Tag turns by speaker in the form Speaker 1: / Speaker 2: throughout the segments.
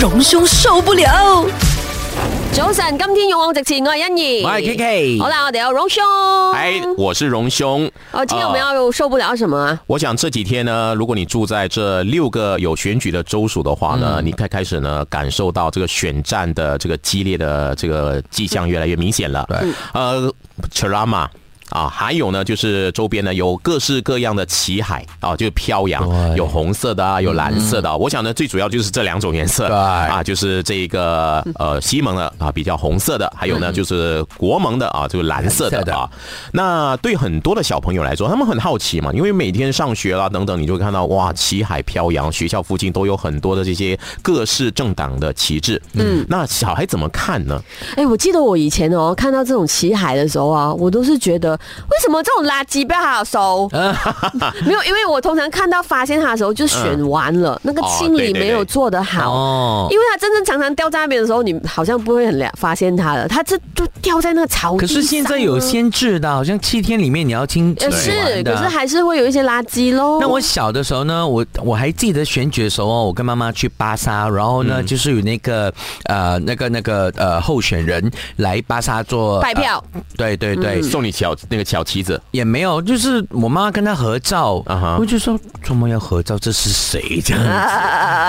Speaker 1: 隆胸受不了。
Speaker 2: 早晨，今天勇往直前，我系欣怡，
Speaker 3: 我是 KK
Speaker 2: 好啦，我哋有荣兄。
Speaker 3: 哎，我是荣兄。
Speaker 2: 哦，今天我们
Speaker 3: 呃
Speaker 2: 要受不了什么啊？
Speaker 3: 我想这几天呢，如果你住在这六个有选举的州属的话呢，你开开始呢感受到这个选战的这个激烈的这个迹象越来越明显了。对，呃 c h r a m a 啊，还有呢，就是周边呢有各式各样的旗海啊，就是飘扬，有红色的啊，有蓝色的啊、我想呢，最主要就是这两种颜色
Speaker 4: 对
Speaker 3: 啊，就是这个呃西蒙的啊比较红色的，还有呢就是国盟的啊就是嗯蓝色
Speaker 4: 蓝色
Speaker 3: 的
Speaker 4: 的
Speaker 3: 啊。那对很多的小朋友来说，他们很好奇嘛，因为每天上学啦等等，你就会看到哇，旗海飘扬，学校附近都有很多的这些各式政党的旗帜。嗯，那小孩怎么看呢？
Speaker 2: 哎，我记得我以前哦，看到这种旗海的时候啊，我都是觉得为什么这种垃圾不好 收？没有，因为我通常看到发现它的时候就
Speaker 4: 啊
Speaker 2: 选完了，那个
Speaker 3: 哦
Speaker 2: 清理
Speaker 3: 对对
Speaker 2: 没有
Speaker 3: 对
Speaker 2: 做得好。
Speaker 4: 哦，
Speaker 2: 因为它真正常常掉在那边的时候，你好像不会很了发现它了，它这就掉在那个草地
Speaker 4: 可是现在有
Speaker 2: 上啊
Speaker 4: 限制的，好像七天里面你要清
Speaker 2: 呃
Speaker 4: 清
Speaker 2: 是，
Speaker 4: 完的啊
Speaker 2: 可是还是会有一些垃圾喽。
Speaker 4: 那我小的时候呢，我我还记得选举的时候哦，我跟妈妈去巴沙，然后呢，就是有那个呃那个那个呃候选人来巴沙做
Speaker 2: 拜票
Speaker 4: 呃对对对，
Speaker 3: 哎送你小那个小旗子。
Speaker 4: 也没有，就是我妈妈跟他合照，
Speaker 3: 啊
Speaker 2: 嗯
Speaker 3: 哈
Speaker 4: 我就说怎么要合照，这是谁这
Speaker 2: 啊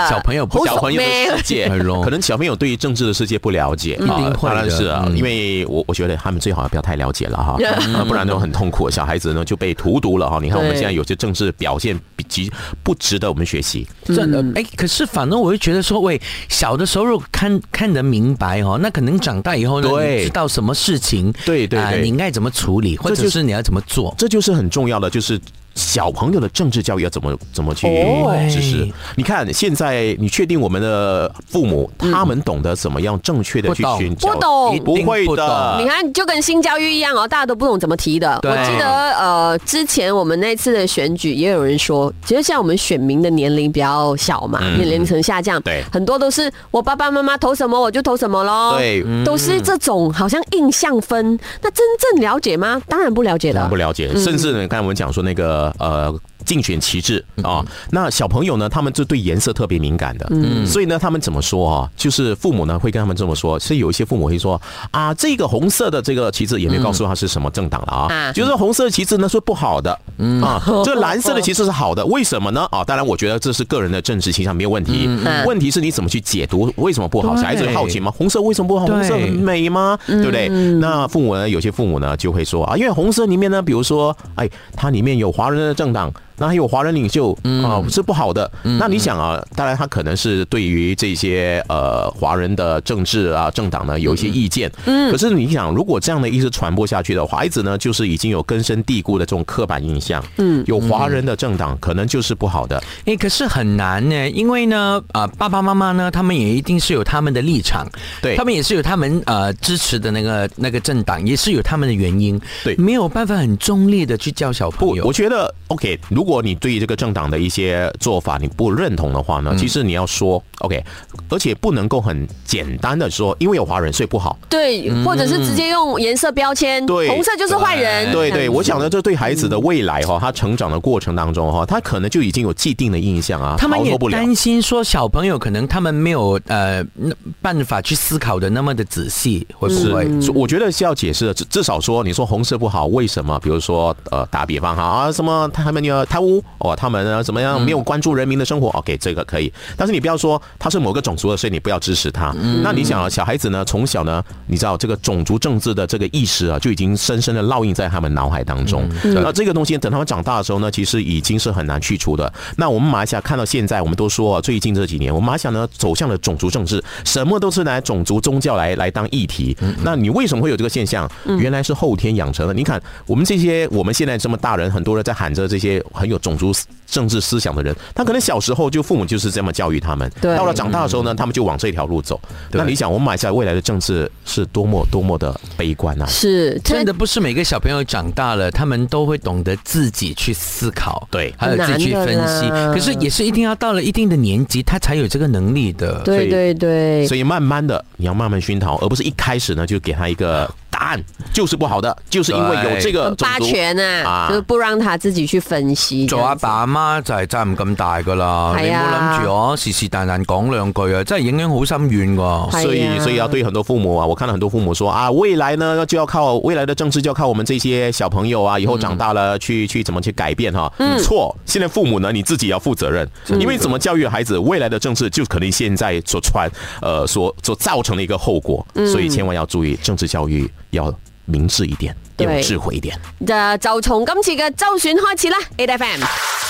Speaker 4: 样子？小朋友不
Speaker 2: 好
Speaker 3: 小朋友的世 界，
Speaker 4: 哎呦
Speaker 3: 可能小朋友对于政治的世界不了解
Speaker 4: 一定会
Speaker 3: 当
Speaker 4: 的
Speaker 3: 然是啊，
Speaker 4: 嗯
Speaker 3: 因为我我觉得他们最好不要太了解了 哈，呃不然都很痛苦，小孩子呢就被荼毒了哈。你看我们
Speaker 2: 对
Speaker 3: 现在有些政治表现比极不值得我们学习，
Speaker 4: 真
Speaker 3: 嗯
Speaker 4: 的，哎，可是反正我就觉得说，喂，小的时候如果看看得明白哦，那可能长大以后呢，
Speaker 3: 对
Speaker 4: 你知道什么事情，
Speaker 3: 对对
Speaker 4: 啊
Speaker 3: 对
Speaker 4: 你应该怎么处理，或
Speaker 3: 这
Speaker 4: 者
Speaker 3: 就是
Speaker 4: 你要怎么做。
Speaker 3: 这就是很重要的，就是。小朋友的政治教育要怎么怎么去
Speaker 4: 哦
Speaker 3: 支持
Speaker 4: 对？
Speaker 3: 你看现在，你确定我们的父母他们懂得怎么样正确的
Speaker 4: 嗯不
Speaker 3: 去
Speaker 4: 懂
Speaker 3: 宣教？
Speaker 2: 不懂
Speaker 3: 哦不会
Speaker 4: 一定不
Speaker 3: 的
Speaker 4: 懂。
Speaker 2: 你看，就跟性教育一样哦，大家都不懂怎么提的。我
Speaker 4: 对
Speaker 2: 记得呃，之前我们那次的选举，也有人说，其实像我们选民的年龄比较小嘛，年龄层下降，
Speaker 3: 嗯对
Speaker 2: 很多都是我爸爸妈妈投什么我就投什么咯。
Speaker 3: 对嗯
Speaker 2: 都是这种好像印象分。那真正了解吗？当然不了解的
Speaker 3: 不。了解，甚至呢，刚才我们讲说那个呃。竞选旗帜啊、那小朋友呢，他们就对颜色特别敏感的，嗯，所以呢，他们怎么说啊？就是父母呢会跟他们这么说，是有一些父母会说啊，这个红色的这个旗帜也没有告诉他是什么政党了啊，
Speaker 2: 啊
Speaker 3: 就是红色的旗帜呢是不好的，嗯啊，这蓝色的旗帜是好的，为什么呢？啊，当然我觉得这是个人的政治倾向没有问题，
Speaker 2: 嗯
Speaker 3: 问题是你怎么去解读为什么不好？
Speaker 4: 对
Speaker 3: 小孩子会好奇吗？红色为什么不好？红色
Speaker 4: 对
Speaker 3: 很美吗？对不对？那父母呢？有些父母呢就会说啊，因为红色里面呢，比如说，哎，它里面有华人的政党，那还有华人领袖啊，是不好的。那你想啊，当然他可能是对于这些呃华人的政治啊政党呢有一些意见。可是你想，如果这样的意识传播下去的话，孩子呢就是已经有根深蒂固的这种刻板印象。嗯，有华人的政党可能就是不好的。
Speaker 4: 哎，可是很难呢，因为呢，啊，爸爸妈妈呢，他们也一定是有他们的立场，
Speaker 3: 对
Speaker 4: 他们也是有他们呃支持的那个那个政党，也是有他们的原因，
Speaker 3: 对
Speaker 4: 没有办法很中立的去教小
Speaker 3: 不
Speaker 4: 朋，友
Speaker 3: 我。觉得 OK。如果你对这个政党的一些做法你不认同的话
Speaker 4: 嗯
Speaker 3: 呢，其实你要说 OK，而且不能够很简单的说，因为有华人所以不好。
Speaker 2: 对，或者是直接用颜色标签，
Speaker 3: 嗯对
Speaker 2: 红色就是坏人。
Speaker 3: 对
Speaker 2: 这
Speaker 3: 对，
Speaker 4: 嗯
Speaker 2: 样
Speaker 3: 我想呢，这对孩子的未来哈、他成长的过程当中哈、他可能就已经有既定的印象啊，
Speaker 4: 他们
Speaker 3: 逃
Speaker 4: 也
Speaker 3: 脱不了。
Speaker 4: 担心说小朋友可能他们没有呃那办法去思考的那么的仔细，会不会？
Speaker 3: 是，我觉得是要解释的，至至少说，你说红色不好，为什么？比如说，呃，打比方哈啊，什么他们要贪污哦，他们呢怎么样没有关注人民的生活？OK，这个可以，但是你不要说他是某个种族的，所以你不要支持他。那你想啊，小孩子呢，从小呢，你知道这个种族政治的这个意识啊，就已经深深的烙印在他们脑海当中。那这个东西等他们长大的时候呢，其实已经是很难去除的。那我们马来西亚看到现在，我们都说啊最近这几年，我们马来西亚呢走向了种族政治，什么都是拿种族宗教来来当议题。那你为什么会有这个现象？原来是后天养成的。你看我们这些我们现在这么大人，很多人在喊着这些很有种族思政治思想的人，他可能小时候就父母就是这么教育他们，
Speaker 2: 对
Speaker 3: 到了长大的时候呢，他们就往这条路走。那你想，我们马来西亚未来的政治是多么多么的悲观啊！
Speaker 2: 是
Speaker 4: 真的不是每个小朋友长大了，他们都会懂得自己去思考，
Speaker 3: 对
Speaker 4: 还有自己去分析
Speaker 2: 很难。的啦
Speaker 4: 可是也是一定要到了一定的年纪，他才有这个能力的。
Speaker 2: 对
Speaker 3: 以
Speaker 2: 对对。
Speaker 3: 所以慢慢的，你要慢慢熏陶，而不是一开始呢就给他一个大答案就是不好的，就是因为有这个呃种
Speaker 2: 霸
Speaker 3: 族
Speaker 2: 权啊，就是不让他自己去分析。
Speaker 4: 做阿爸阿媽就係責任咁大噶啦，你
Speaker 2: 係
Speaker 4: 唔好
Speaker 2: 啊
Speaker 4: 諗住我是是但但講兩句啊，真係影響好深遠噶。
Speaker 2: 係
Speaker 3: 所以，
Speaker 2: 呀
Speaker 3: 哎所以要对很多父母啊，我看到很多父母说啊，未来呢就要靠未来的政治就要靠我们这些小朋友啊，以后长大了、去去怎么去改变哈、嗯错，现在父母呢你自己要负责任，因为怎么教育孩子，未来的政治就可能现在所传呃所所造成的一个后果，所以千万要注意政治教育要明智一点，要有
Speaker 2: 对
Speaker 3: 智慧一点。
Speaker 2: 就就從今次嘅周選開始啦，A F M。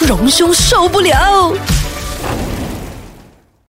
Speaker 1: 荣兄受不了。